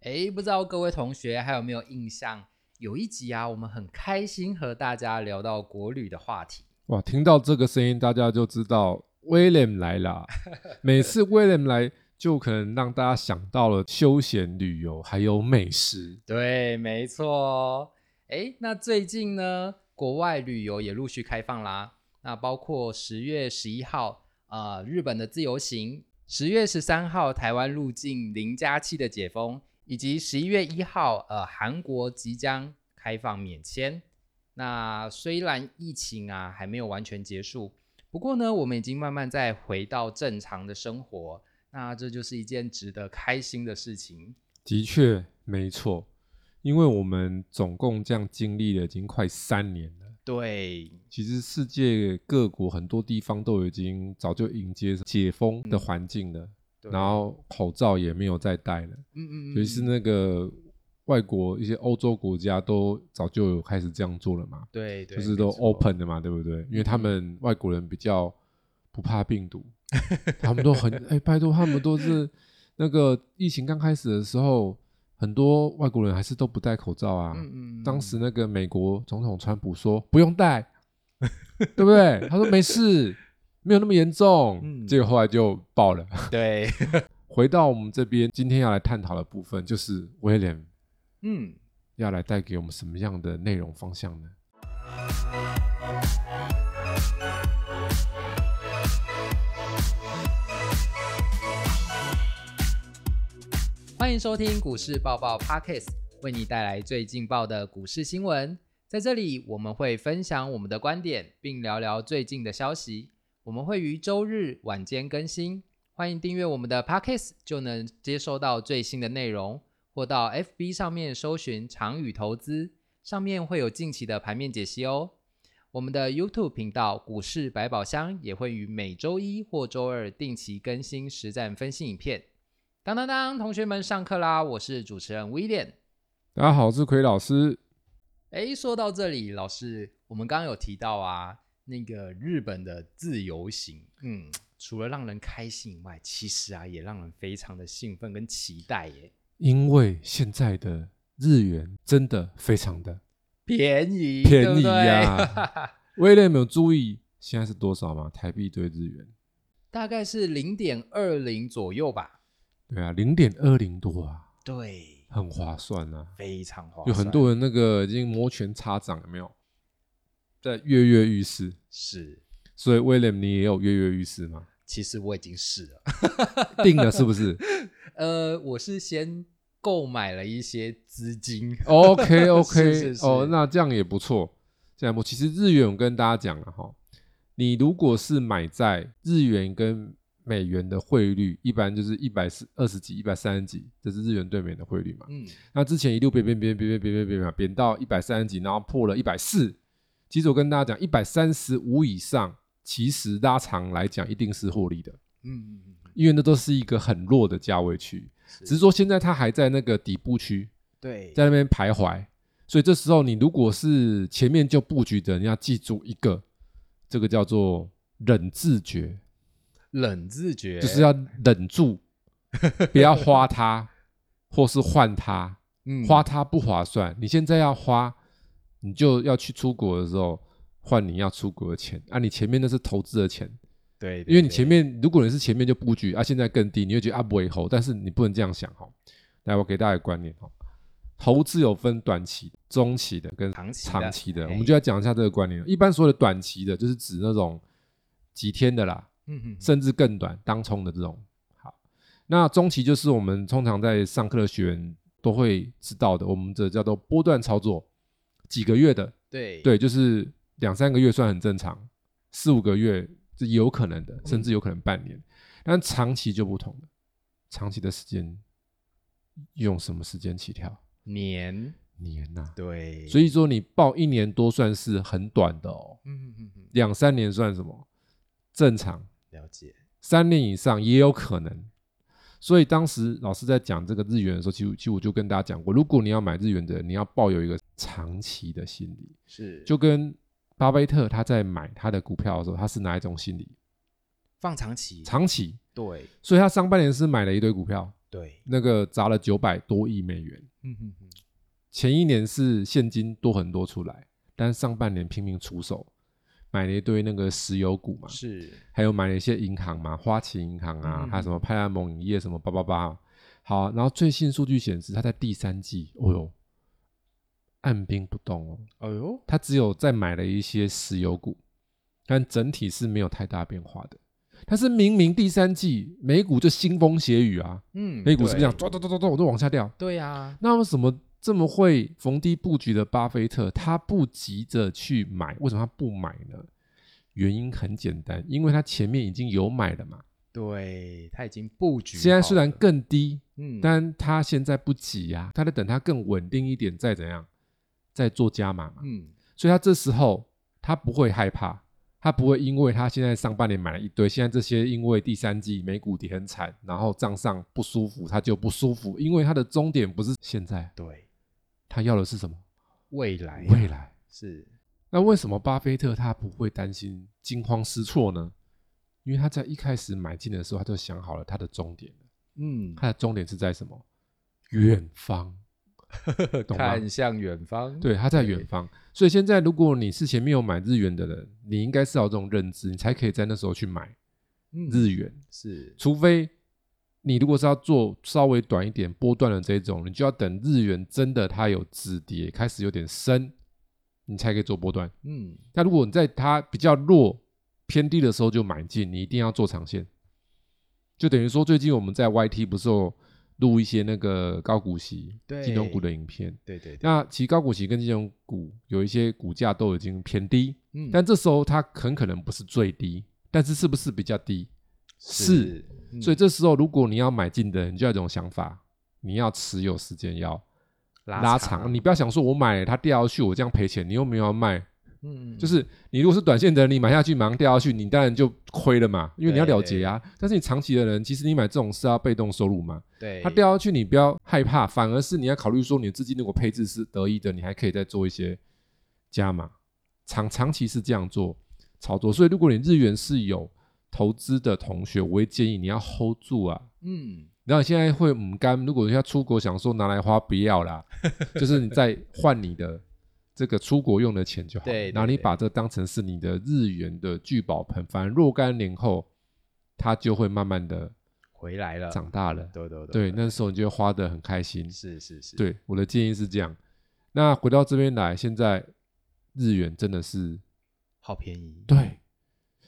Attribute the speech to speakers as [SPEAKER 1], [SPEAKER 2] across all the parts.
[SPEAKER 1] 诶，不知道各位同学还有没有印象？有一集啊，我们很开心和大家聊到国旅的话题。
[SPEAKER 2] 哇，听到这个声音，大家就知道 William 来啦。每次 William 来，就可能让大家想到了休闲旅游，还有美食。
[SPEAKER 1] 对，没错哦。诶，那最近呢，国外旅游也陆续开放啦。那包括十月十一号，呃，日本的自由行；十月十三号，台湾入境零加七的解封，以及十一月一号，呃，韩国即将开放免签。那虽然疫情啊还没有完全结束，不过呢，我们已经慢慢在回到正常的生活，那这就是一件值得开心的事情。
[SPEAKER 2] 的确，没错，因为我们总共这样经历了已经快三年了。
[SPEAKER 1] 对，
[SPEAKER 2] 其实世界各国很多地方都已经早就迎接解封的环境了，
[SPEAKER 1] 对
[SPEAKER 2] 然，后口罩也没有再戴了，
[SPEAKER 1] 嗯嗯嗯，
[SPEAKER 2] 尤其是
[SPEAKER 1] 嗯
[SPEAKER 2] 那个外国一些欧洲国家都早就有开始这样做了嘛，
[SPEAKER 1] 对对，
[SPEAKER 2] 就是
[SPEAKER 1] 没
[SPEAKER 2] 都
[SPEAKER 1] 错嗯
[SPEAKER 2] open 的嘛，对不对？因为他们外国人比较不怕病毒，他们都很哎、拜托，他们都是那个疫情刚开始的时候，很多外国人还是都不戴口罩啊。
[SPEAKER 1] 嗯嗯，
[SPEAKER 2] 当时那个美国总统川普说不用戴，对不对？他说没事，没有那么严重。
[SPEAKER 1] 嗯
[SPEAKER 2] 结果后来就爆了。
[SPEAKER 1] 对，
[SPEAKER 2] 回到我们这边，今天要来探讨的部分就是威廉
[SPEAKER 1] 嗯，
[SPEAKER 2] 要来带给我们什么样的内容方向呢？
[SPEAKER 1] 欢迎收听股市爆爆 Pockets，为你带来最劲爆的股市新闻。在这里，我们会分享我们的观点，并聊聊最近的消息。我们会于周日晚间更新，欢迎订阅我们的 Pockets，就能接收到最新的内容。或到 FB 上面搜寻“长宇投资”，上面会有近期的盘面解析哦。我们的 YouTube 频道“股市百宝箱”也会于每周一或周二定期更新实战分析影片。当当当，同学们上课啦！我是主持人 William。
[SPEAKER 2] 大家好，我是奎老师。
[SPEAKER 1] 诶，说到这里，老师，我们刚刚有提到啊，那个日本的自由行，嗯，除了让人开心以外，其实啊，也让人非常的兴奋跟期待耶。
[SPEAKER 2] 因为现在的日元真的非常的
[SPEAKER 1] 便宜，
[SPEAKER 2] 便
[SPEAKER 1] 对不
[SPEAKER 2] 宜
[SPEAKER 1] 对
[SPEAKER 2] 呀威廉有没有注意现在是多少吗？台币对日元，
[SPEAKER 1] 大概是零点二零左右吧。
[SPEAKER 2] 对啊，零点二零多啊，
[SPEAKER 1] 对，
[SPEAKER 2] 很划算啊。
[SPEAKER 1] 非常划算。
[SPEAKER 2] 有很多人那个已经摩拳擦掌，有没有？在跃跃欲试。
[SPEAKER 1] 是，
[SPEAKER 2] 所以威廉，你也有跃跃欲试吗？
[SPEAKER 1] 其实我已经试了。
[SPEAKER 2] 定了是不是
[SPEAKER 1] 呃，我是先购买了一些资金。
[SPEAKER 2] ？OK OK，
[SPEAKER 1] 是是是
[SPEAKER 2] 哦，那这样也不错。这样不，其实日元我跟大家讲了哈，你如果是买在日元跟美元的汇率，一般就是一百二十几、一百三十几，这是日元对美元的汇率嘛？
[SPEAKER 1] 嗯，
[SPEAKER 2] 那之前一路贬贬贬贬贬贬贬贬贬到一百三十几，然后破了一百四。其实我跟大家讲，一百三十五以上，其实拉长来讲一定是获利的，
[SPEAKER 1] 嗯嗯嗯，
[SPEAKER 2] 因为那都是一个很弱的价位区。
[SPEAKER 1] 只
[SPEAKER 2] 只是说现在它还在那个底部区，
[SPEAKER 1] 对，
[SPEAKER 2] 在那边徘徊，所以这时候你如果是前面就布局的人，要记住一个，这个叫做冷自觉，
[SPEAKER 1] 冷自觉
[SPEAKER 2] 就是要忍住，不要花它，或是换它。
[SPEAKER 1] 嗯
[SPEAKER 2] 花它不划算。你现在要花，你就要去出国的时候换你要出国的钱啊，你前面那是投资的钱，
[SPEAKER 1] 对，对
[SPEAKER 2] 因为你
[SPEAKER 1] 对
[SPEAKER 2] 前面如果你是前面就布局啊，现在更低，你会觉得啊不为后，但是你不能这样想哈。来，我给大家一个观念哈，投资有分短期、中期的跟
[SPEAKER 1] 长期的哎
[SPEAKER 2] 长期的，
[SPEAKER 1] 嘿
[SPEAKER 2] 我们就要讲一下这个观念。哦一般所谓的短期的，就是指那种几天的啦，
[SPEAKER 1] 嗯嗯
[SPEAKER 2] 甚至更短当冲的这种。好，那中期就是我们通常在上课的学员都会知道的，我们这叫做波段操作，几个月的，
[SPEAKER 1] 对
[SPEAKER 2] 对，就是两三个月算很正常，四五个月是有可能的，甚至有可能半年。但长期就不同了，长期的时间用什么时间起跳？
[SPEAKER 1] 年
[SPEAKER 2] 年呐、
[SPEAKER 1] 对，
[SPEAKER 2] 所
[SPEAKER 1] 以
[SPEAKER 2] 以说你报一年多算是很短的哦，
[SPEAKER 1] 嗯嗯嗯，嗯
[SPEAKER 2] 两三年算什么？正常。
[SPEAKER 1] 了解，
[SPEAKER 2] 三年以上也有可能。所以当时老师在讲这个日元的时候，其实其实我就跟大家讲过，如果你要买日元的，你要抱有一个长期的心理，
[SPEAKER 1] 是
[SPEAKER 2] 就跟巴菲特他在买他的股票的时候，他是哪一种心理？
[SPEAKER 1] 放长期，
[SPEAKER 2] 长期。
[SPEAKER 1] 对，
[SPEAKER 2] 所以他上半年是买了一堆股票，
[SPEAKER 1] 对，
[SPEAKER 2] 那个砸了九百多亿美元，
[SPEAKER 1] 嗯哼哼，
[SPEAKER 2] 前一年是现金多很多出来，但上半年拼命出手，买了一堆那个石油股嘛，
[SPEAKER 1] 是，
[SPEAKER 2] 还有买了一些银行嘛，花旗银行啊，
[SPEAKER 1] 嗯
[SPEAKER 2] 还有什么派拉蒙影业什么八八八。好，然后最新数据显示，它在第三季，哦哟，按兵不动哦，
[SPEAKER 1] 哎呦，
[SPEAKER 2] 它只有再买了一些石油股，但整体是没有太大变化的。但是明明第三季美股就腥风血雨啊，
[SPEAKER 1] 嗯，
[SPEAKER 2] 美股是不是这样，
[SPEAKER 1] 对
[SPEAKER 2] 抓抓抓抓抓，我都往下掉。
[SPEAKER 1] 对啊呀，
[SPEAKER 2] 那为什么这么会逢低布局的巴菲特，他不急着去买？为什么他不买呢？原因很简单，因为他前面已经有买了嘛。
[SPEAKER 1] 对，他已经布局好了，
[SPEAKER 2] 现在虽然更低，
[SPEAKER 1] 嗯，
[SPEAKER 2] 但他现在不急呀、他在等它更稳定一点再怎样，再做加码嘛。
[SPEAKER 1] 嗯，
[SPEAKER 2] 所以他这时候他不会害怕，他不会因为他现在上半年买了一堆，现在这些因为第三季美股跌很惨，然后账上不舒服，他就不舒服，因为他的终点不是现在，
[SPEAKER 1] 对，
[SPEAKER 2] 他要的是什么？
[SPEAKER 1] 未来
[SPEAKER 2] 未来。
[SPEAKER 1] 是，
[SPEAKER 2] 那为什么巴菲特他不会担心惊慌失措呢？因为他在一开始买进的时候，他就想好了他的终点了
[SPEAKER 1] 嗯，
[SPEAKER 2] 他的终点是在什么？远方。 懂吗
[SPEAKER 1] 看向远方，
[SPEAKER 2] 对，他在远方。所以现在，如果你是前面有买日元的人，你应该是要有这种认知，你才可以在那时候去买
[SPEAKER 1] 嗯
[SPEAKER 2] 日元。
[SPEAKER 1] 是，
[SPEAKER 2] 除非你如果是要做稍微短一点波段的这种，你就要等日元真的它有止跌，开始有点升，你才可以做波段。
[SPEAKER 1] 嗯，
[SPEAKER 2] 那如果你在它比较弱、偏低的时候就买进，你一定要做长线。就等于说，最近我们在 YT 不是有录一些那个高股息、
[SPEAKER 1] 对
[SPEAKER 2] 金融股的影片？
[SPEAKER 1] 对对对，
[SPEAKER 2] 那其实高股息跟金融股有一些股价都已经偏低，
[SPEAKER 1] 嗯，
[SPEAKER 2] 但这时候它很可能不是最低，但是是不是比较低？是，
[SPEAKER 1] 嗯
[SPEAKER 2] 所以这时候如果你要买进的，你就要有一种想法，你要持有时间要拉长，你不要想说我买了它掉下去，我这样赔钱，你又没有要卖，
[SPEAKER 1] 嗯，嗯
[SPEAKER 2] 就是你如果是短线的人，你买下去马上掉下去，你当然就亏了嘛，因为你要了结啊。但是你长期的人，其实你买这种是要被动收入嘛，
[SPEAKER 1] 对，
[SPEAKER 2] 它掉下去你不要害怕，反而是你要考虑说你的资金如果配置是得意的，你还可以再做一些加码，长长期是这样做操作。所以如果你日元是有投资的同学，我会建议你要 hold 住啊，
[SPEAKER 1] 嗯，
[SPEAKER 2] 然后你现在会唔甘，如果要出国想说拿来花，不 要啦，就是你再换你的这个出国用的钱就好。
[SPEAKER 1] 对对
[SPEAKER 2] 然后你
[SPEAKER 1] 对
[SPEAKER 2] 把这当成是你的日元的聚宝盆，反正若干年后，它就会慢慢的
[SPEAKER 1] 回来了，
[SPEAKER 2] 长大了。
[SPEAKER 1] 对对
[SPEAKER 2] 对，那时候你就会花的很开心。
[SPEAKER 1] 是是是，，
[SPEAKER 2] 对，我的建议是这样。那回到这边来，现在日元真的是
[SPEAKER 1] 好便宜，
[SPEAKER 2] 对。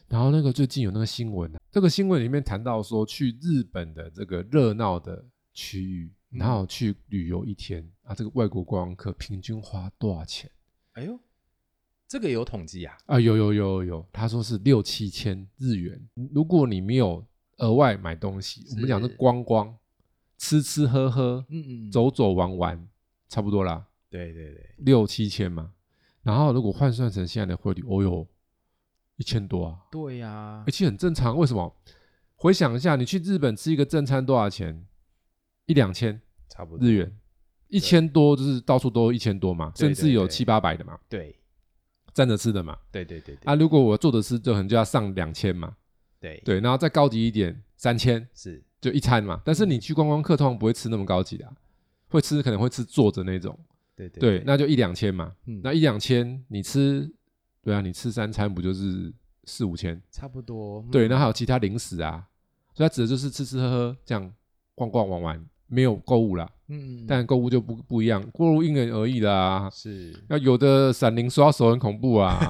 [SPEAKER 2] 然后那个最近有那个新闻、啊，这个新闻里面谈到说，去日本的这个热闹的区域，
[SPEAKER 1] 嗯
[SPEAKER 2] 然后去旅游一天啊，这个外国观光客平均花多少钱
[SPEAKER 1] 哎呦，这个有统计啊，
[SPEAKER 2] 啊？有有有有有，他说是六七千日元。嗯如果你没有额外买东西，我们讲是
[SPEAKER 1] 是
[SPEAKER 2] 观光、吃吃喝喝、
[SPEAKER 1] 嗯嗯，，
[SPEAKER 2] 走走玩玩，差不多啦，
[SPEAKER 1] 对对对，
[SPEAKER 2] 六七千嘛。然后如果换算成现在的汇率，哦哟，一千多啊，
[SPEAKER 1] 对呀
[SPEAKER 2] 而，且很正常。为什么？回想一下，你去日本吃一个正餐多少钱？一两千
[SPEAKER 1] 差不多
[SPEAKER 2] 日，元，一千多就是到处都一千多嘛，
[SPEAKER 1] 对
[SPEAKER 2] 甚至有
[SPEAKER 1] 对对
[SPEAKER 2] 七八百的嘛，
[SPEAKER 1] 对
[SPEAKER 2] 站着吃的嘛。
[SPEAKER 1] 对对对对
[SPEAKER 2] 啊，如果我坐着吃，就可能就要上两千嘛。
[SPEAKER 1] 对，
[SPEAKER 2] 对，然后再高级一点，三千
[SPEAKER 1] 是，
[SPEAKER 2] 就一餐嘛。
[SPEAKER 1] 嗯
[SPEAKER 2] 但是你去观光客通常不会吃那么高级的啊、会吃可能会吃坐着那种。
[SPEAKER 1] 对对
[SPEAKER 2] 对，那就一两千嘛。
[SPEAKER 1] 嗯
[SPEAKER 2] 那一两千你吃，对啊，你吃三餐不就是四五千？
[SPEAKER 1] 差不多，
[SPEAKER 2] 对，
[SPEAKER 1] 嗯
[SPEAKER 2] 那还有其他零食啊，所以它指的就是吃吃喝喝这样逛逛玩玩，没有购物啦。
[SPEAKER 1] 嗯，嗯
[SPEAKER 2] 但购物就不不一样，购物因人而异啦。
[SPEAKER 1] 是
[SPEAKER 2] 那有的闪灵刷手很恐怖 啊，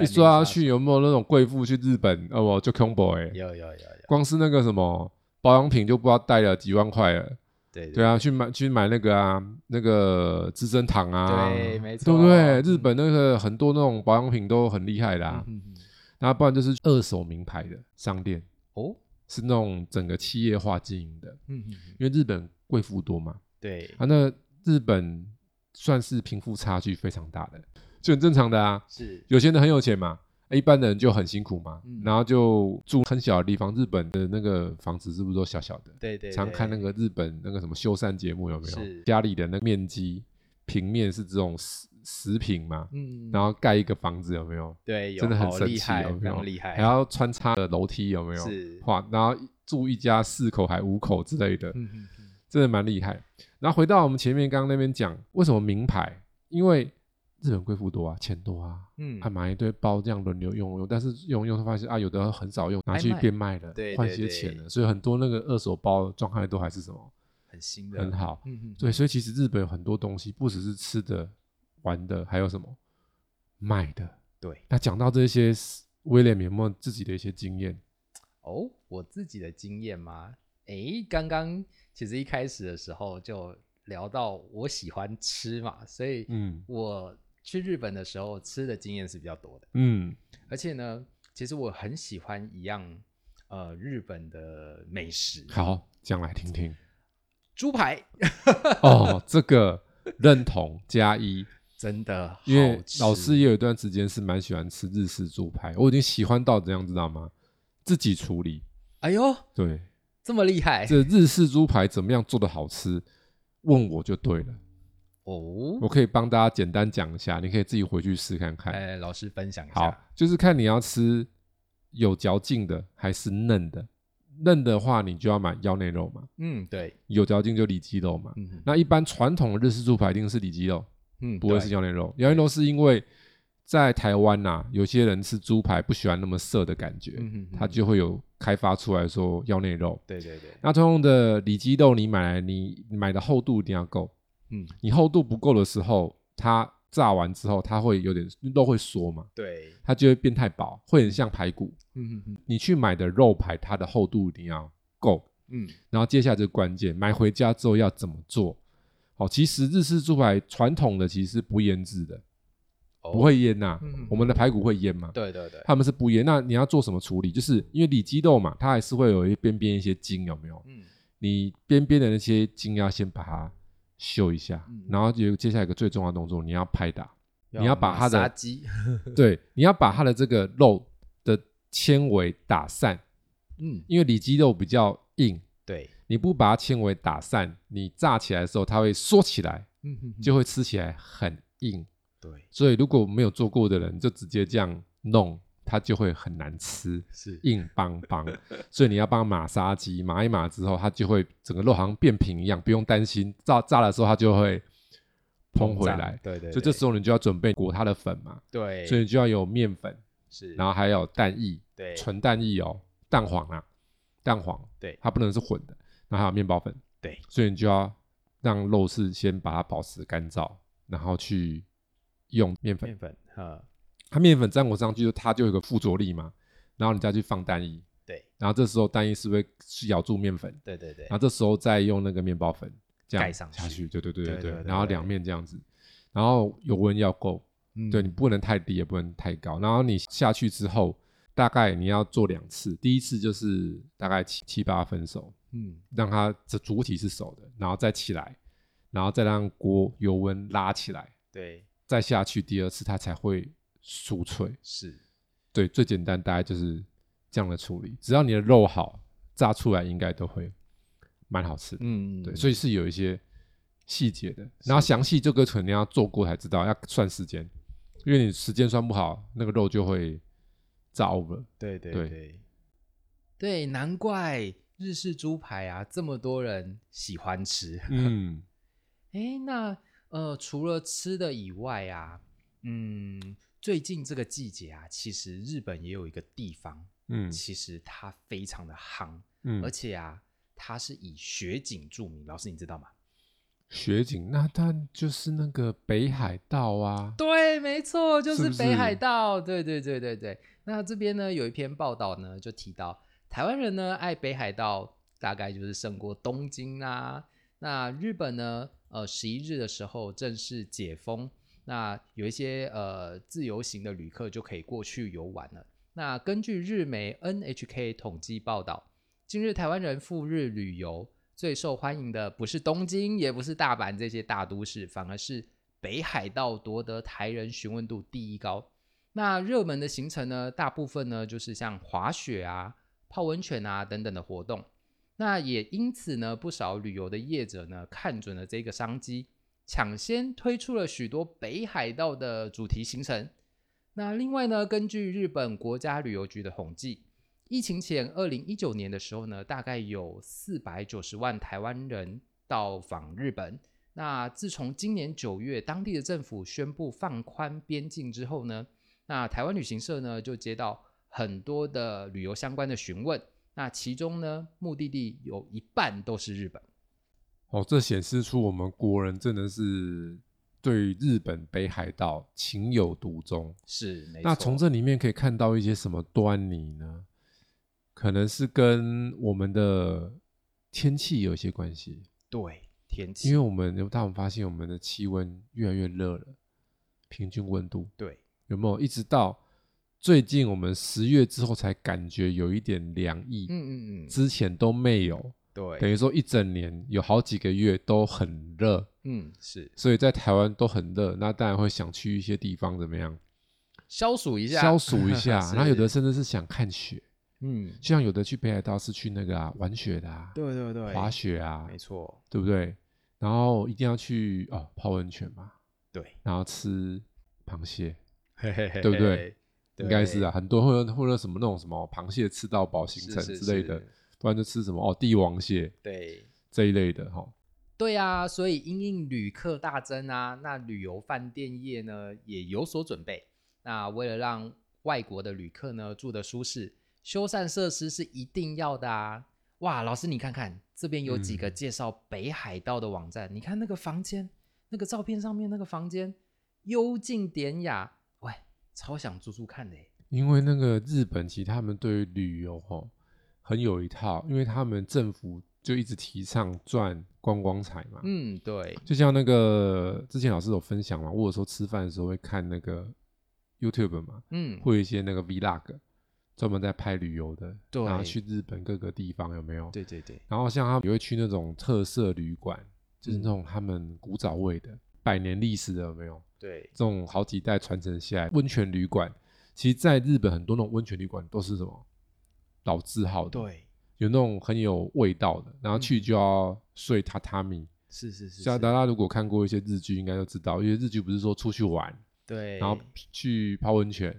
[SPEAKER 2] 一刷
[SPEAKER 1] 要
[SPEAKER 2] 下，去有没有那种贵妇去日本哦，我就 combo 哎、
[SPEAKER 1] 有有有有，
[SPEAKER 2] 光是那个什么保养品就不知道带了几万块了。
[SPEAKER 1] 对
[SPEAKER 2] 对，啊，去买去买那个啊，那个资生堂啊，
[SPEAKER 1] 对没
[SPEAKER 2] 对不对？
[SPEAKER 1] 错
[SPEAKER 2] 日本那个很多那种保养品都很厉害的、啊，
[SPEAKER 1] 嗯嗯嗯
[SPEAKER 2] 那、不然就是二手名牌的商店，
[SPEAKER 1] 哦，
[SPEAKER 2] 是那种整个企业化经营的，
[SPEAKER 1] 嗯嗯嗯，
[SPEAKER 2] 因为日本贵妇多嘛，
[SPEAKER 1] 对，
[SPEAKER 2] 啊，那日本算是贫富差距非常大的，就很正常的啊，
[SPEAKER 1] 是，
[SPEAKER 2] 有钱人很有钱嘛。啊一般的人就很辛苦嘛，
[SPEAKER 1] 嗯
[SPEAKER 2] 然后就住很小的地方。日本的那个房子是不是都小小的？
[SPEAKER 1] 对对，
[SPEAKER 2] 常看那
[SPEAKER 1] 对
[SPEAKER 2] 个日本那个什么修缮节目有没有
[SPEAKER 1] 是？
[SPEAKER 2] 家里的那个面积平面是这种十十平嘛，
[SPEAKER 1] 嗯，
[SPEAKER 2] 然后盖一个房子有没有？
[SPEAKER 1] 对，有
[SPEAKER 2] 真的很
[SPEAKER 1] 好
[SPEAKER 2] 神
[SPEAKER 1] 厉
[SPEAKER 2] 奇
[SPEAKER 1] 害，
[SPEAKER 2] 有没
[SPEAKER 1] 非常
[SPEAKER 2] 有
[SPEAKER 1] 厉害，
[SPEAKER 2] 还要穿插的楼梯有没有？
[SPEAKER 1] 是
[SPEAKER 2] 哇，然后住一家四口还五口之类的，
[SPEAKER 1] 嗯嗯嗯
[SPEAKER 2] 真的蛮厉害。然后回到我们前面刚刚那边讲，为什么名牌？因为日本贵妇多啊，钱多啊，
[SPEAKER 1] 嗯
[SPEAKER 2] 还买一堆包这样轮流用用，但是用用发现啊，有的很少用，拿去
[SPEAKER 1] 还卖
[SPEAKER 2] 变卖了，
[SPEAKER 1] 对
[SPEAKER 2] 换
[SPEAKER 1] 对
[SPEAKER 2] 一些
[SPEAKER 1] 对
[SPEAKER 2] 钱了，所以很多那个二手包的状态都还是什么
[SPEAKER 1] 很新的，
[SPEAKER 2] 很，好。
[SPEAKER 1] 嗯嗯，
[SPEAKER 2] 对，所以其实日本有很多东西，不只是吃的、玩的，还有什么卖的。
[SPEAKER 1] 对。
[SPEAKER 2] 那讲到这些，威廉有没有自己的一些经验？
[SPEAKER 1] 哦，我自己的经验吗？诶，刚刚其实一开始的时候就聊到我喜欢吃嘛，所以
[SPEAKER 2] 嗯
[SPEAKER 1] 我去日本的时候吃的经验是比较多的。
[SPEAKER 2] 嗯
[SPEAKER 1] 而且呢，其实我很喜欢一样呃日本的美食，
[SPEAKER 2] 好，讲来 听听。
[SPEAKER 1] 猪排
[SPEAKER 2] 哦，这个认同加一，
[SPEAKER 1] 真的好
[SPEAKER 2] 因为
[SPEAKER 1] 吃
[SPEAKER 2] 老师也有一段时间是蛮喜欢吃日式猪排，我已经喜欢到怎样，知道吗？自己处理。
[SPEAKER 1] 哎呦
[SPEAKER 2] 对，
[SPEAKER 1] 这么厉害
[SPEAKER 2] 这日式猪排怎么样做的好吃？问我就对了，
[SPEAKER 1] 哦
[SPEAKER 2] 我，可以帮大家简单讲一下，你可以自己回去试看看。
[SPEAKER 1] 哎，老师分享一
[SPEAKER 2] 好
[SPEAKER 1] 下，，
[SPEAKER 2] 就是看你要吃有嚼劲的还是嫩的。嫩的话，你就要买腰内肉嘛；
[SPEAKER 1] 嗯，对，
[SPEAKER 2] 有嚼劲就里脊肉嘛。
[SPEAKER 1] 嗯
[SPEAKER 2] 那一般传统的日式猪排一定是里脊肉，
[SPEAKER 1] 嗯，
[SPEAKER 2] 不会
[SPEAKER 1] 对
[SPEAKER 2] 是腰内肉。腰内肉是因为在台湾呐、有些人吃猪排不喜欢那么涩的感觉，
[SPEAKER 1] 嗯哼哼
[SPEAKER 2] 他就会有开发出来说腰内肉。
[SPEAKER 1] 对对对，
[SPEAKER 2] 那通用的里脊肉，你买来你你买的厚度一定要够，
[SPEAKER 1] 嗯，
[SPEAKER 2] 你厚度不够的时候，它炸完之后，它会有点肉会缩嘛，
[SPEAKER 1] 对，
[SPEAKER 2] 它就会变太薄，会很像排骨。
[SPEAKER 1] 嗯嗯
[SPEAKER 2] 你去买的肉排，它的厚度一定要够。
[SPEAKER 1] 嗯
[SPEAKER 2] 然后接下来就是关键，买回家之后要怎么做？好、其实日式猪排传统的其实是不腌制的，
[SPEAKER 1] 哦
[SPEAKER 2] 不会腌呐、
[SPEAKER 1] 嗯
[SPEAKER 2] 我们的排骨会腌嘛？
[SPEAKER 1] 对对对，
[SPEAKER 2] 他们是不腌。那你要做什么处理？就是因为里脊肉嘛，它还是会有一边边一些筋，有没有？
[SPEAKER 1] 嗯
[SPEAKER 2] 你边边的那些筋要先把它修一下，
[SPEAKER 1] 嗯
[SPEAKER 2] 然后就接下来一个最重要的动作，你要拍打。你要把它
[SPEAKER 1] 马
[SPEAKER 2] 的
[SPEAKER 1] 杀鸡，
[SPEAKER 2] 对，你要把它的这个肉的纤维打散，
[SPEAKER 1] 嗯，
[SPEAKER 2] 因为里脊肉比较硬，
[SPEAKER 1] 对，
[SPEAKER 2] 你不把它纤维打散，你炸起来的时候它会缩起来，
[SPEAKER 1] 嗯哼哼
[SPEAKER 2] 就会吃起来很硬。
[SPEAKER 1] 对，
[SPEAKER 2] 所以如果没有做过的人，就直接这样弄，它就会很难吃，
[SPEAKER 1] 是，
[SPEAKER 2] 硬邦邦。所以你要帮它马杀鸡码一码之后，它就会整个肉好像变平一样，不用担心炸炸的时候它就会膨回
[SPEAKER 1] 膨胀
[SPEAKER 2] 来。
[SPEAKER 1] 对对，
[SPEAKER 2] 所以这时
[SPEAKER 1] 候
[SPEAKER 2] 候你就要准备裹它的粉嘛，
[SPEAKER 1] 对，
[SPEAKER 2] 所以你就要有面粉，
[SPEAKER 1] 是，
[SPEAKER 2] 然后还有蛋液，
[SPEAKER 1] 对，
[SPEAKER 2] 纯蛋液哦，蛋黄啊，蛋黄，
[SPEAKER 1] 对
[SPEAKER 2] 它不能是混的，然后还有面包粉，
[SPEAKER 1] 对，
[SPEAKER 2] 所以你就要让肉是先把它保持干燥，然后去用面粉，
[SPEAKER 1] 面粉，哈，
[SPEAKER 2] 它面粉粘裹上去就它就有个附着力嘛，然后你再去放蛋液，
[SPEAKER 1] 对，
[SPEAKER 2] 然后这时候蛋液是不是去咬住面粉，
[SPEAKER 1] 对对对
[SPEAKER 2] 然，后这时候再用那个面包粉这样
[SPEAKER 1] 盖上
[SPEAKER 2] 下
[SPEAKER 1] 去
[SPEAKER 2] 去，对对对
[SPEAKER 1] 对对
[SPEAKER 2] 对
[SPEAKER 1] 对
[SPEAKER 2] 然后
[SPEAKER 1] 对
[SPEAKER 2] 两面这样子，然后油温要够，
[SPEAKER 1] 嗯
[SPEAKER 2] 对你不能太低，也不能太高。然后你下去之后，大概你要做两次，第一次就是大概七七八分熟，
[SPEAKER 1] 嗯，
[SPEAKER 2] 让它这主体是熟的，然后再起来，然后再让锅油温拉起来，
[SPEAKER 1] 对，
[SPEAKER 2] 再下去第二次它才会酥脆。
[SPEAKER 1] 是，
[SPEAKER 2] 对，最简单大概就是这样的处理，只要你的肉好，炸出来应该都会蛮好吃的。
[SPEAKER 1] 嗯，
[SPEAKER 2] 对，所
[SPEAKER 1] 以
[SPEAKER 2] 以是有一些细节的。然后详细这个可能要做过才知道，要算时间，因为你时间算不好，那个肉就会炸 over。
[SPEAKER 1] 对对
[SPEAKER 2] 对
[SPEAKER 1] 对，对，难怪日式猪排啊，这么多人喜欢吃。
[SPEAKER 2] 嗯，
[SPEAKER 1] 诶，那呃，除了吃的以外啊，嗯，最近这个季节啊，其实日本也有一个地方，
[SPEAKER 2] 嗯
[SPEAKER 1] 其实它非常的夯，而
[SPEAKER 2] 嗯，
[SPEAKER 1] 且啊，它是以雪景著名。老师，你知道吗？
[SPEAKER 2] 雪景那它就是那个北海道啊，
[SPEAKER 1] 对，没错，就是是
[SPEAKER 2] 不
[SPEAKER 1] 北海
[SPEAKER 2] 是
[SPEAKER 1] 道。对对对对对。那这边呢，有一篇报道呢，就提到台湾人呢爱北海道，大概就是胜过东京啦、那日本呢，呃，十一日的时候正式解封，那有一些呃自由行的旅客就可以过去游玩了。那根据日媒 NHK 统计报道，近日台湾人赴日旅游最受欢迎的不是东京，也不是大阪这些大都市，反而是北海道夺得台人询问度第一高。那热门的行程呢，大部分呢就是像滑雪啊、泡温泉啊等等的活动。那也因此呢，不少旅游的业者呢看准了这个商机，抢先推出了许多北海道的主题行程。那另外呢，根据日本国家旅游局的统计，疫情前二零一九年的时候呢，大概有四百九十万台湾人到访日本。那自从今年九月当地的政府宣布放宽边境之后呢，那台湾旅行社呢就接到很多的旅游相关的询问，那其中呢目的地有一半都是日本。
[SPEAKER 2] 哦，这显示出我们国人真的是对日本北海道情有独钟。
[SPEAKER 1] 是，没
[SPEAKER 2] 那
[SPEAKER 1] 错
[SPEAKER 2] 从这里面可以看到一些什么端倪呢？可能是跟我们的天气有一些关系，
[SPEAKER 1] 对天气，
[SPEAKER 2] 因为我们有但我们发现我们的气温越来越热了，平均温度
[SPEAKER 1] 对
[SPEAKER 2] 有没有？一直到最近我们十月之后才感觉有一点凉意，
[SPEAKER 1] 嗯嗯嗯，
[SPEAKER 2] 之前都没有，等
[SPEAKER 1] 对，
[SPEAKER 2] 于说一整年有好几个月都很热，
[SPEAKER 1] 嗯是
[SPEAKER 2] 所以在台湾都很热，那当然会想去一些地方怎么样
[SPEAKER 1] 消暑一下，
[SPEAKER 2] 消暑一 下，
[SPEAKER 1] 是
[SPEAKER 2] 然后有的甚至是想看雪。
[SPEAKER 1] 嗯，
[SPEAKER 2] 就像有的去北海道是去那个啊玩雪的啊，
[SPEAKER 1] 对对对，
[SPEAKER 2] 滑雪啊
[SPEAKER 1] 没，错，
[SPEAKER 2] 对不对？然后一定要去哦泡温泉嘛，
[SPEAKER 1] 对，
[SPEAKER 2] 然后吃螃蟹，
[SPEAKER 1] 嘿嘿嘿
[SPEAKER 2] 对不对？
[SPEAKER 1] 对
[SPEAKER 2] 应该是啊，很多会有会有什么那种什么螃蟹吃到饱行程之类的，，
[SPEAKER 1] 是是是
[SPEAKER 2] 不然就吃什么哦帝王蟹
[SPEAKER 1] 对。
[SPEAKER 2] 这一类的哈、
[SPEAKER 1] 对啊，所以因应旅客大增啊，那旅游饭店业呢也有所准备。那为了让外国的旅客呢住得舒适，修缮设施是一定要的啊。哇，老师你看看这边有几个
[SPEAKER 2] 嗯
[SPEAKER 1] 介绍北海道的网站，你看那个房间，那个照片上面那个房间幽静典雅，喂，超想住住看的欸。
[SPEAKER 2] 因为那个日本其实他们对于旅游哈、很有一套，因为他们政府就一直提倡赚观光财嘛，
[SPEAKER 1] 嗯，对，
[SPEAKER 2] 就像那个之前老师有分享嘛，我有时候吃饭的时候会看那个 YouTube 嘛，
[SPEAKER 1] 嗯，
[SPEAKER 2] 会有一些那个 Vlog，专门在拍旅游的，
[SPEAKER 1] 对
[SPEAKER 2] 然后去日本各个地方有没有？
[SPEAKER 1] 对对对，
[SPEAKER 2] 然后像他们也会去那种特色旅馆，就是
[SPEAKER 1] 嗯
[SPEAKER 2] 那种他们古早味的、百年历史的有没有？
[SPEAKER 1] 对，
[SPEAKER 2] 这种好几代传承下来温泉旅馆，其实在日本很多那种温泉旅馆都是什么老字号的，，
[SPEAKER 1] 对，
[SPEAKER 2] 有那种很有味道的，然后去就要睡榻榻米。
[SPEAKER 1] 是是是，
[SPEAKER 2] 像
[SPEAKER 1] 是
[SPEAKER 2] 大家如果看过一些日剧，应该都知道，因为日剧不是说出去玩，
[SPEAKER 1] 对，
[SPEAKER 2] 然后去泡温泉，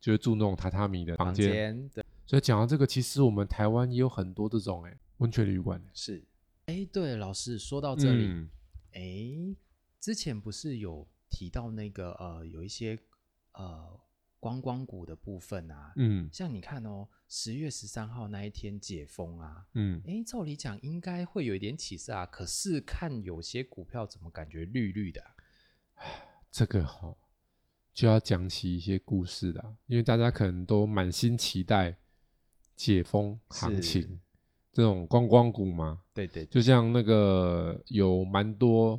[SPEAKER 2] 就是住那种榻榻米的房
[SPEAKER 1] 房
[SPEAKER 2] 间。
[SPEAKER 1] 间，对，
[SPEAKER 2] 所以讲到这个，其实我们台湾也有很多这种哎、温泉旅馆、
[SPEAKER 1] 是。哎，对，老师说到这里，
[SPEAKER 2] 嗯
[SPEAKER 1] 哎、之前不是有提到那个呃，有一些呃观光股的部分啊，
[SPEAKER 2] 嗯
[SPEAKER 1] 像你看哦，十月十三号那一天解封啊，
[SPEAKER 2] 嗯，
[SPEAKER 1] 哎，照理讲应该会有一点起色啊，可是看有些股票怎么感觉绿绿的啊、
[SPEAKER 2] 这个哈、就要讲起一些故事啦，因为大家可能都满心期待解封行
[SPEAKER 1] 是
[SPEAKER 2] 情，这种观光股嘛，
[SPEAKER 1] 对对对，
[SPEAKER 2] 就像那个有蛮多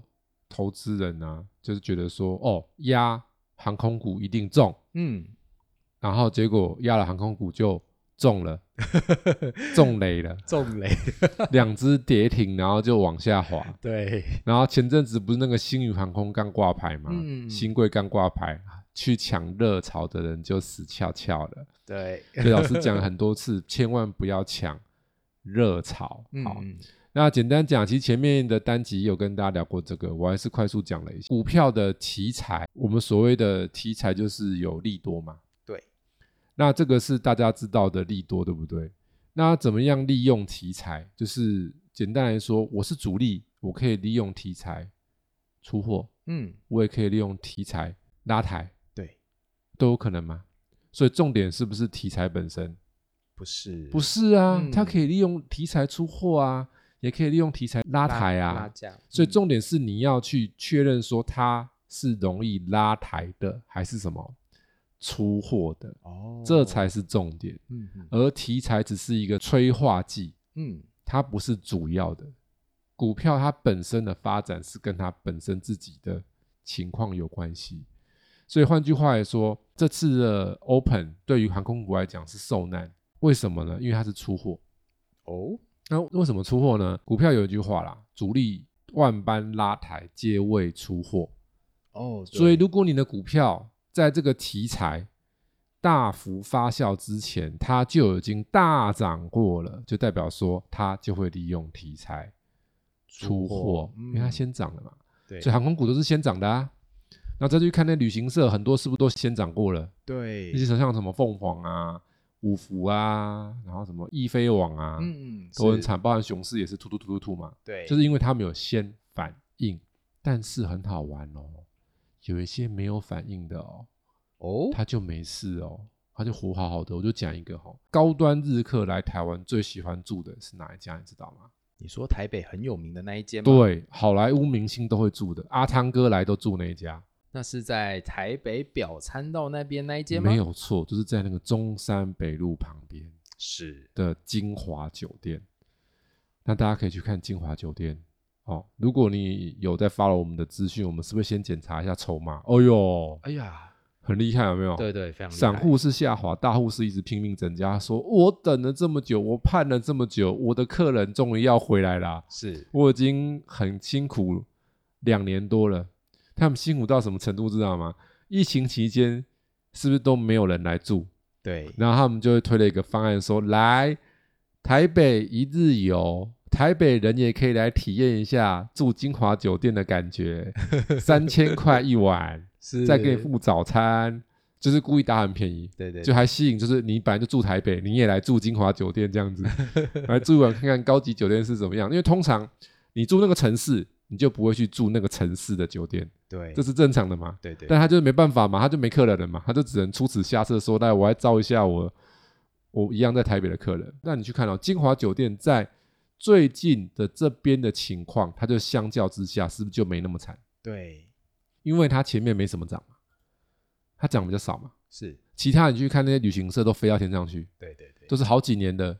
[SPEAKER 2] 投资人啊，就是觉得说哦，压航空股一定中，
[SPEAKER 1] 嗯，
[SPEAKER 2] 然后结果压了航空股就中了，中雷了，
[SPEAKER 1] 中雷，
[SPEAKER 2] 两只跌停，然后就往下滑。
[SPEAKER 1] 对，
[SPEAKER 2] 然后前阵子不是那个星宇航空刚挂牌吗？
[SPEAKER 1] 嗯
[SPEAKER 2] 新贵刚挂牌，去抢热潮的人就死翘翘 了。
[SPEAKER 1] 对，
[SPEAKER 2] 所以老师讲了很多次，千万不要抢热潮。
[SPEAKER 1] 嗯
[SPEAKER 2] 好，
[SPEAKER 1] 嗯
[SPEAKER 2] 那简单讲，其实前面的单集有跟大家聊过这个，我还是快速讲了一下股票的题材。我们所谓的题材就是有利多嘛，
[SPEAKER 1] 对，
[SPEAKER 2] 那这个是大家知道的利多，对不对？那怎么样利用题材？就是简单来说，我是主力，我可以利用题材出货，
[SPEAKER 1] 嗯，
[SPEAKER 2] 我也可以利用题材拉抬，
[SPEAKER 1] 对，
[SPEAKER 2] 都有可能吗？所以重点是不是题材本身？
[SPEAKER 1] 不是
[SPEAKER 2] 不是啊，
[SPEAKER 1] 嗯
[SPEAKER 2] 它可以利用题材出货啊，也可以利用题材拉抬啊。
[SPEAKER 1] 拉架，
[SPEAKER 2] 所以
[SPEAKER 1] 嗯
[SPEAKER 2] 重点是你要去确认说它是容易拉抬的，还是什么出货的，
[SPEAKER 1] 哦，
[SPEAKER 2] 这才是重点。
[SPEAKER 1] 嗯嗯
[SPEAKER 2] 而题材只是一个催化剂，
[SPEAKER 1] 嗯，
[SPEAKER 2] 它不是主要的。股票它本身的发展是跟它本身自己的情况有关系，所以换句话来说，这次的 Open 对于航空股来讲是受难，为什么呢？因为它是出货。
[SPEAKER 1] 哦，
[SPEAKER 2] 那为什么出货呢？股票有一句话啦，主力万般拉抬，皆为出货。
[SPEAKER 1] 哦，
[SPEAKER 2] 所以，
[SPEAKER 1] 对
[SPEAKER 2] 如果你的股票在这个题材大幅发酵之前，它就已经大涨过了，就代表说它就会利用题材出
[SPEAKER 1] 出货
[SPEAKER 2] 货，因为它
[SPEAKER 1] 嗯
[SPEAKER 2] 先涨了嘛。
[SPEAKER 1] 对
[SPEAKER 2] 所以航空股都是先涨的啊。那再去看那旅行社，很多是不是都先涨过了？
[SPEAKER 1] 对
[SPEAKER 2] 一些像什么凤凰啊、五福啊，然后什么易飞网啊，
[SPEAKER 1] 嗯嗯，
[SPEAKER 2] 都很
[SPEAKER 1] 是，
[SPEAKER 2] 惨，包含雄狮也是突突突突突嘛，
[SPEAKER 1] 对，
[SPEAKER 2] 就是因为它没有先反应，但是很好玩哦，有一些没有反应的哦，
[SPEAKER 1] 哦，
[SPEAKER 2] 他就没事哦，他就活好好的。我就讲一个哈、高端日客来台湾最喜欢住的是哪一家，你知道吗？
[SPEAKER 1] 你说台北很有名的那一间吗？，
[SPEAKER 2] 对，好莱坞明星都会住的，阿汤哥来都住那一家，
[SPEAKER 1] 那是在台北表参道那边那一间吗？
[SPEAKER 2] 没，有错，就是在那个中山北路旁边
[SPEAKER 1] 是
[SPEAKER 2] 的金华酒店。那大家可以去看金华酒店哦。如果你有在 follow 我们的资讯，我们是不是先检查一下筹码？哦哟，
[SPEAKER 1] 哎呀，
[SPEAKER 2] 很厉害，有没有？
[SPEAKER 1] 对对，非常厉害
[SPEAKER 2] 散户是下滑，大户是一直拼命增加。说我等了这么久，我盼了这么久，我的客人终于要回来啦！
[SPEAKER 1] 是
[SPEAKER 2] 我已经很辛苦两年多了，他们辛苦到什么程度，知道吗？疫情期间是不是都没有人来住？
[SPEAKER 1] 对，
[SPEAKER 2] 然后他们就会推了一个方案说，来台北一日游，台北人也可以来体验一下住金华酒店的感觉，三千块一晚，
[SPEAKER 1] 是
[SPEAKER 2] 再给你付早餐，就是故意打很便宜。
[SPEAKER 1] 对对，
[SPEAKER 2] 就还吸引，就是你本来就住台北，你也来住金华酒店 这样子，来住一晚看看高级酒店是怎么样。因为通常你住那个城市，你就不会去住那个城市的酒店，
[SPEAKER 1] 对，
[SPEAKER 2] 这是正常的嘛。
[SPEAKER 1] 对对，
[SPEAKER 2] 但他就是没办法嘛，他就没客人了嘛，他就只能出此下策说，那我来招一下我我一样在台北的客人。那你去看哦，金华酒店在最近的这边的情况，它就相较之下是不是就没那么惨？
[SPEAKER 1] 对
[SPEAKER 2] 因为它前面没什么涨嘛，它涨比较少嘛。
[SPEAKER 1] 是，
[SPEAKER 2] 其他你去看那些旅行社都飞到天上去，
[SPEAKER 1] 对对对，
[SPEAKER 2] 都是好几年的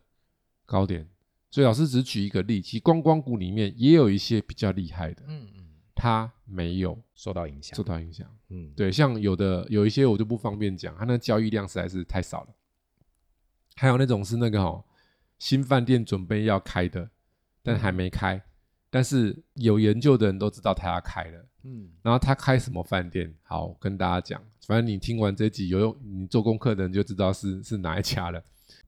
[SPEAKER 2] 高点。所以老师只举一个例，其实观光股里面也有一些比较厉害的，
[SPEAKER 1] 嗯嗯，
[SPEAKER 2] 它没有
[SPEAKER 1] 受到影响
[SPEAKER 2] 受，到影响。
[SPEAKER 1] 嗯，
[SPEAKER 2] 对，像有的有一些我就不方便讲，它那个交易量实在是太少了。还有那种是那个哦，新饭店准备要开的，但还没开，但是有研究的人都知道它要开了。
[SPEAKER 1] 嗯，
[SPEAKER 2] 然后他开什么饭店？好，我跟大家讲，反正你听完这集有用，你做功课的人就知道是是哪一家了。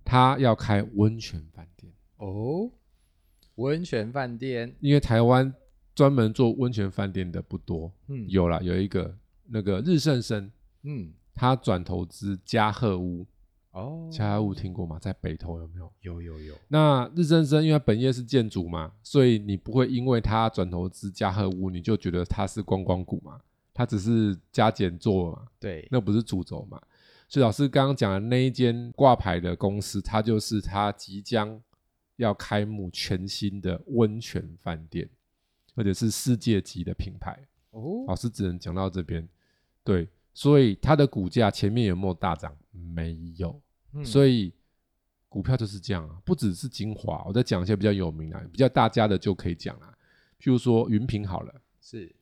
[SPEAKER 2] 他要开温泉饭店，
[SPEAKER 1] 哦，温泉饭店，
[SPEAKER 2] 因为台湾专门做温泉饭店的不多，
[SPEAKER 1] 嗯，，
[SPEAKER 2] 有啦，有一个那个日盛生，
[SPEAKER 1] 嗯，
[SPEAKER 2] 他转投资嘉禾屋，
[SPEAKER 1] 哦，
[SPEAKER 2] 嘉禾屋听过吗？在北投有没有？
[SPEAKER 1] 有有有，
[SPEAKER 2] 那日升生，因为它本业是建筑嘛，所以你不会因为它转投资嘉禾屋，你就觉得它是观光股嘛，它只是加减做嘛，
[SPEAKER 1] 对，
[SPEAKER 2] 那不是主轴嘛。所以老师刚刚讲的那一间挂牌的公司，它就是它即将要开幕全新的温泉饭店，而且是世界级的品牌。老
[SPEAKER 1] 哦，
[SPEAKER 2] 师只能讲到这边，对，所以它的股价前面有没有大涨？没有，所
[SPEAKER 1] 以
[SPEAKER 2] 以股票就是这样啊，不只是精华，我再讲一些比较有名的、啊比较大家的就可以讲啦。譬如说云品好了，
[SPEAKER 1] 是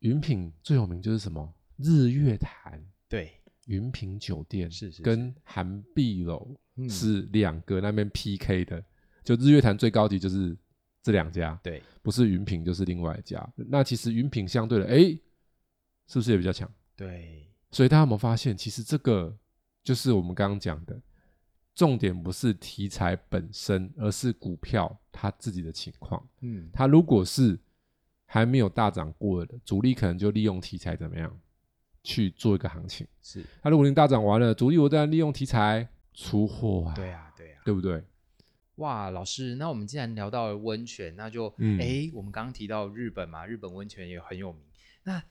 [SPEAKER 2] 云品最有名就是什么日月潭。
[SPEAKER 1] 对，
[SPEAKER 2] 云品酒店
[SPEAKER 1] 是是是
[SPEAKER 2] 跟韩碧楼
[SPEAKER 1] 嗯
[SPEAKER 2] 是两个那边 PK 的，就日月潭最高级就是这两家，
[SPEAKER 1] 对，
[SPEAKER 2] 不是云品就是另外一家。那其实云品相对的，诶，是不是也比较强？
[SPEAKER 1] 对，
[SPEAKER 2] 所以大家有没有发现，其实这个就是我们刚刚讲的重点，不是题材本身，而是股票它自己的情况。
[SPEAKER 1] 嗯，
[SPEAKER 2] 它如果是还没有大涨过的，主力可能就利用题材怎么样去做一个行情。
[SPEAKER 1] 是，
[SPEAKER 2] 那如果你大涨完了，主力我当然利用题材出货啊，
[SPEAKER 1] 对啊，对啊。
[SPEAKER 2] 对不对？
[SPEAKER 1] 哇，老师，那我们既然聊到了温泉，那就
[SPEAKER 2] 嗯
[SPEAKER 1] 诶，我们刚刚提到日本嘛，日本温泉也很有名。那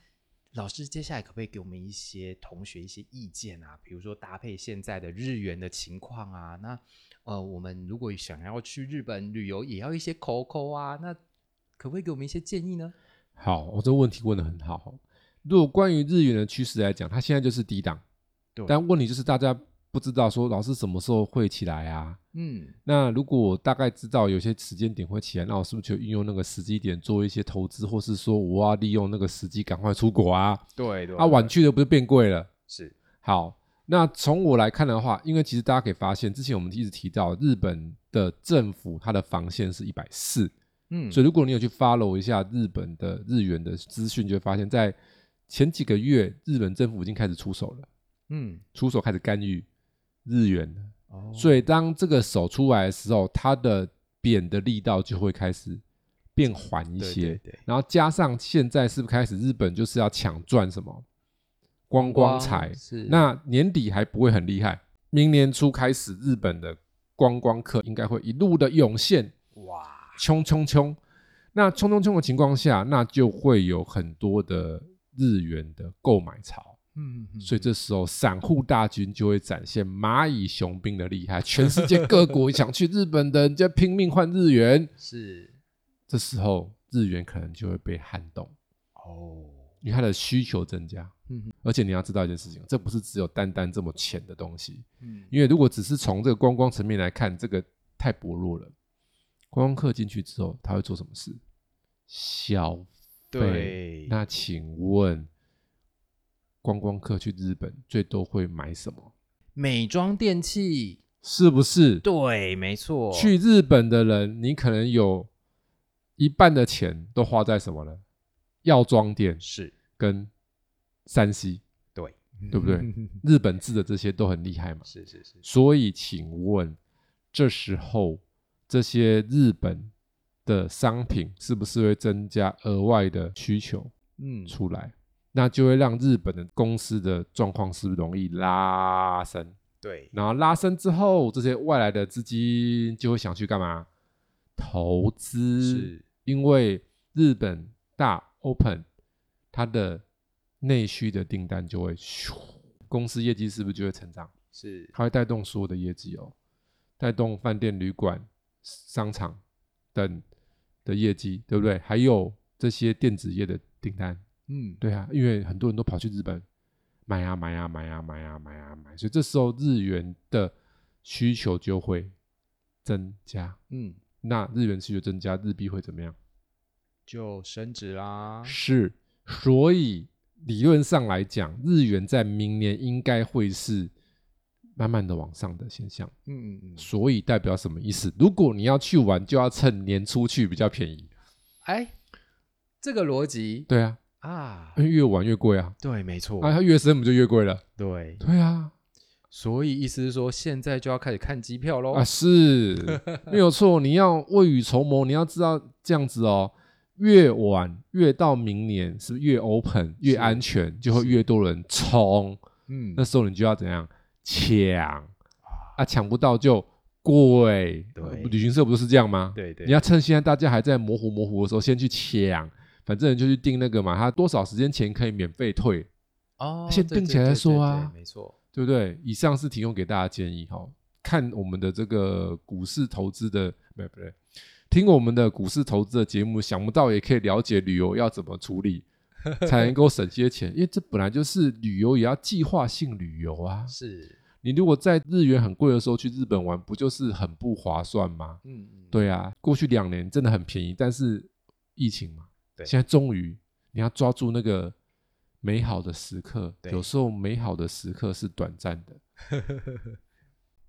[SPEAKER 1] 老师接下来可不可以给我们一些同学一些意见啊？比如说搭配现在的日元的情况啊，那呃，我们如果想要去日本旅游，也要一些口口啊，那可不可以给我们一些建议呢？
[SPEAKER 2] 好，我、这个问题问的很好哦。如果关于日元的趋势来讲，它现在就是低档，
[SPEAKER 1] 对
[SPEAKER 2] 但问题就是大家不知道说老师什么时候会起来啊？
[SPEAKER 1] 嗯，
[SPEAKER 2] 那如果我大概知道有些时间点会起来，那我是不是就运用那个时机点做一些投资，或是说我要利用那个时机赶快出国啊？
[SPEAKER 1] 对对
[SPEAKER 2] 啊，晚去的不是变贵了？
[SPEAKER 1] 是，
[SPEAKER 2] 好，那从我来看的话，因为其实大家可以发现，之前我们一直提到日本的政府它的防线是一百四，
[SPEAKER 1] 嗯，
[SPEAKER 2] 所以如果你有去 follow 一下日本的日元的资讯，就会发现，在前几个月，日本政府已经开始出手了，
[SPEAKER 1] 嗯，
[SPEAKER 2] 出手开始干预日元了。
[SPEAKER 1] 哦，
[SPEAKER 2] 所以当这个手出来的时候，它的扁的力道就会开始变缓一些。
[SPEAKER 1] 对对对
[SPEAKER 2] 然后加上现在是不是开始日本就是要抢赚什么观光财？
[SPEAKER 1] 是
[SPEAKER 2] 那年底还不会很厉害，明年初开始，日本的观光客应该会一路的涌现，
[SPEAKER 1] 哇，
[SPEAKER 2] 冲冲冲！那冲冲冲的情况下，那就会有很多的日元的购买潮，
[SPEAKER 1] 嗯，嗯
[SPEAKER 2] 所以这时候散户大军就会展现蚂蚁雄兵的厉害，全世界各国想去日本的人就拼命换日元，
[SPEAKER 1] 是
[SPEAKER 2] 这时候日元可能就会被撼动，
[SPEAKER 1] 哦，
[SPEAKER 2] 因为它的需求增加。
[SPEAKER 1] 嗯哼
[SPEAKER 2] 而且你要知道一件事情，这不是只有单单这么浅的东西，
[SPEAKER 1] 嗯，
[SPEAKER 2] 因为如果只是从这个观光层面来看，这个太薄弱了。观光客进去之后，他会做什么事？消
[SPEAKER 1] 对，
[SPEAKER 2] 那请问，观光客去日本最多会买什么？
[SPEAKER 1] 美妆电器，
[SPEAKER 2] 是不是？
[SPEAKER 1] 对，没错，
[SPEAKER 2] 去日本的人，你可能有一半的钱都花在什么呢？药妆店
[SPEAKER 1] 是
[SPEAKER 2] 跟山西，
[SPEAKER 1] 对，
[SPEAKER 2] 对不对？日本制的这些都很厉害嘛。
[SPEAKER 1] 是是是，
[SPEAKER 2] 所以，请问这时候这些日本的商品是不是会增加额外的需求
[SPEAKER 1] 嗯，
[SPEAKER 2] 出来？那就会让日本的公司的状况是不是容易拉升？
[SPEAKER 1] 对，
[SPEAKER 2] 然后拉升之后，这些外来的资金就会想去干嘛？投资，
[SPEAKER 1] 是
[SPEAKER 2] 因为日本大 open，它的内需的订单就会咻，公司业绩是不是就会成长？
[SPEAKER 1] 是，
[SPEAKER 2] 它会带动所有的业绩哦，带动饭店、旅馆、商场等的业绩，对不对？还有这些电子业的订单，
[SPEAKER 1] 嗯，
[SPEAKER 2] 对啊，因为很多人都跑去日本买啊买啊买啊买啊买啊买，所以这时候日元的需求就会增加。
[SPEAKER 1] 嗯，
[SPEAKER 2] 那日元需求增加，日币会怎么样？
[SPEAKER 1] 就升值啦，
[SPEAKER 2] 是，所以理论上来讲，日元在明年应该会是慢慢的往上的现象。
[SPEAKER 1] 嗯嗯嗯，
[SPEAKER 2] 所以代表什么意思？如果你要去玩，就要趁年初去比较便宜。
[SPEAKER 1] 哎，这个逻辑
[SPEAKER 2] 对啊，
[SPEAKER 1] 啊
[SPEAKER 2] 因，为越晚越贵啊，
[SPEAKER 1] 对，没错
[SPEAKER 2] 啊，，它越深不就越贵了？
[SPEAKER 1] 对，
[SPEAKER 2] 对啊，
[SPEAKER 1] 所以意思是说，现在就要开始看机票喽
[SPEAKER 2] 啊，是 没有错。你要未雨绸缪，你要知道这样子哦，越晚越到明年是不是越 open 越
[SPEAKER 1] 是
[SPEAKER 2] 安全，就会
[SPEAKER 1] 是
[SPEAKER 2] 越多人冲。
[SPEAKER 1] 嗯
[SPEAKER 2] 那，时候你就要怎样抢啊？抢不到就贵。
[SPEAKER 1] 对
[SPEAKER 2] 旅行社不是这样吗？
[SPEAKER 1] 对对，
[SPEAKER 2] 你要趁现在大家还在模糊模糊的时候，先去抢，反正你就去订那个嘛，它多少时间前可以免费退，
[SPEAKER 1] 哦，
[SPEAKER 2] 先
[SPEAKER 1] 对
[SPEAKER 2] 定
[SPEAKER 1] 对
[SPEAKER 2] 起来再
[SPEAKER 1] 对
[SPEAKER 2] 说
[SPEAKER 1] 对
[SPEAKER 2] 啊
[SPEAKER 1] 对没错，
[SPEAKER 2] 对不对？以上是提供给大家建议哈、看我们的这个股市投资的，不对不对，听我们的股市投资的节目，想不到也可以了解旅游要怎么处理，才能够省些钱，因为这本来就是旅游也要计划性旅游啊。
[SPEAKER 1] 是，
[SPEAKER 2] 你如果在日元很贵的时候去日本玩，不就是很不划算吗？
[SPEAKER 1] 嗯嗯，
[SPEAKER 2] 对啊，过去两年真的很便宜，但是疫情嘛，
[SPEAKER 1] 对
[SPEAKER 2] 现在终于你要抓住那个美好的时刻。
[SPEAKER 1] 对
[SPEAKER 2] 有时候美好的时刻是短暂的。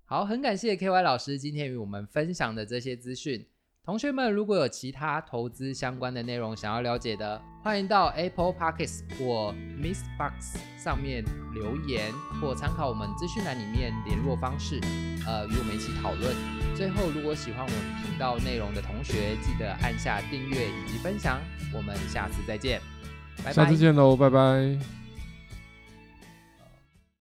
[SPEAKER 1] 好，很感谢 K Y 老师今天与我们分享的这些资讯。同学们，如果有其他投资相关的内容想要了解的，欢迎到 Apple Podcasts 或 Miss Box 上面留言，或参考我们资讯栏里面联络方式，呃，与我们一起讨论。最后，如果喜欢我们频道内容的同学，记得按下订阅以及分享。我们下次再见，拜拜。
[SPEAKER 2] 下次见喽，拜拜。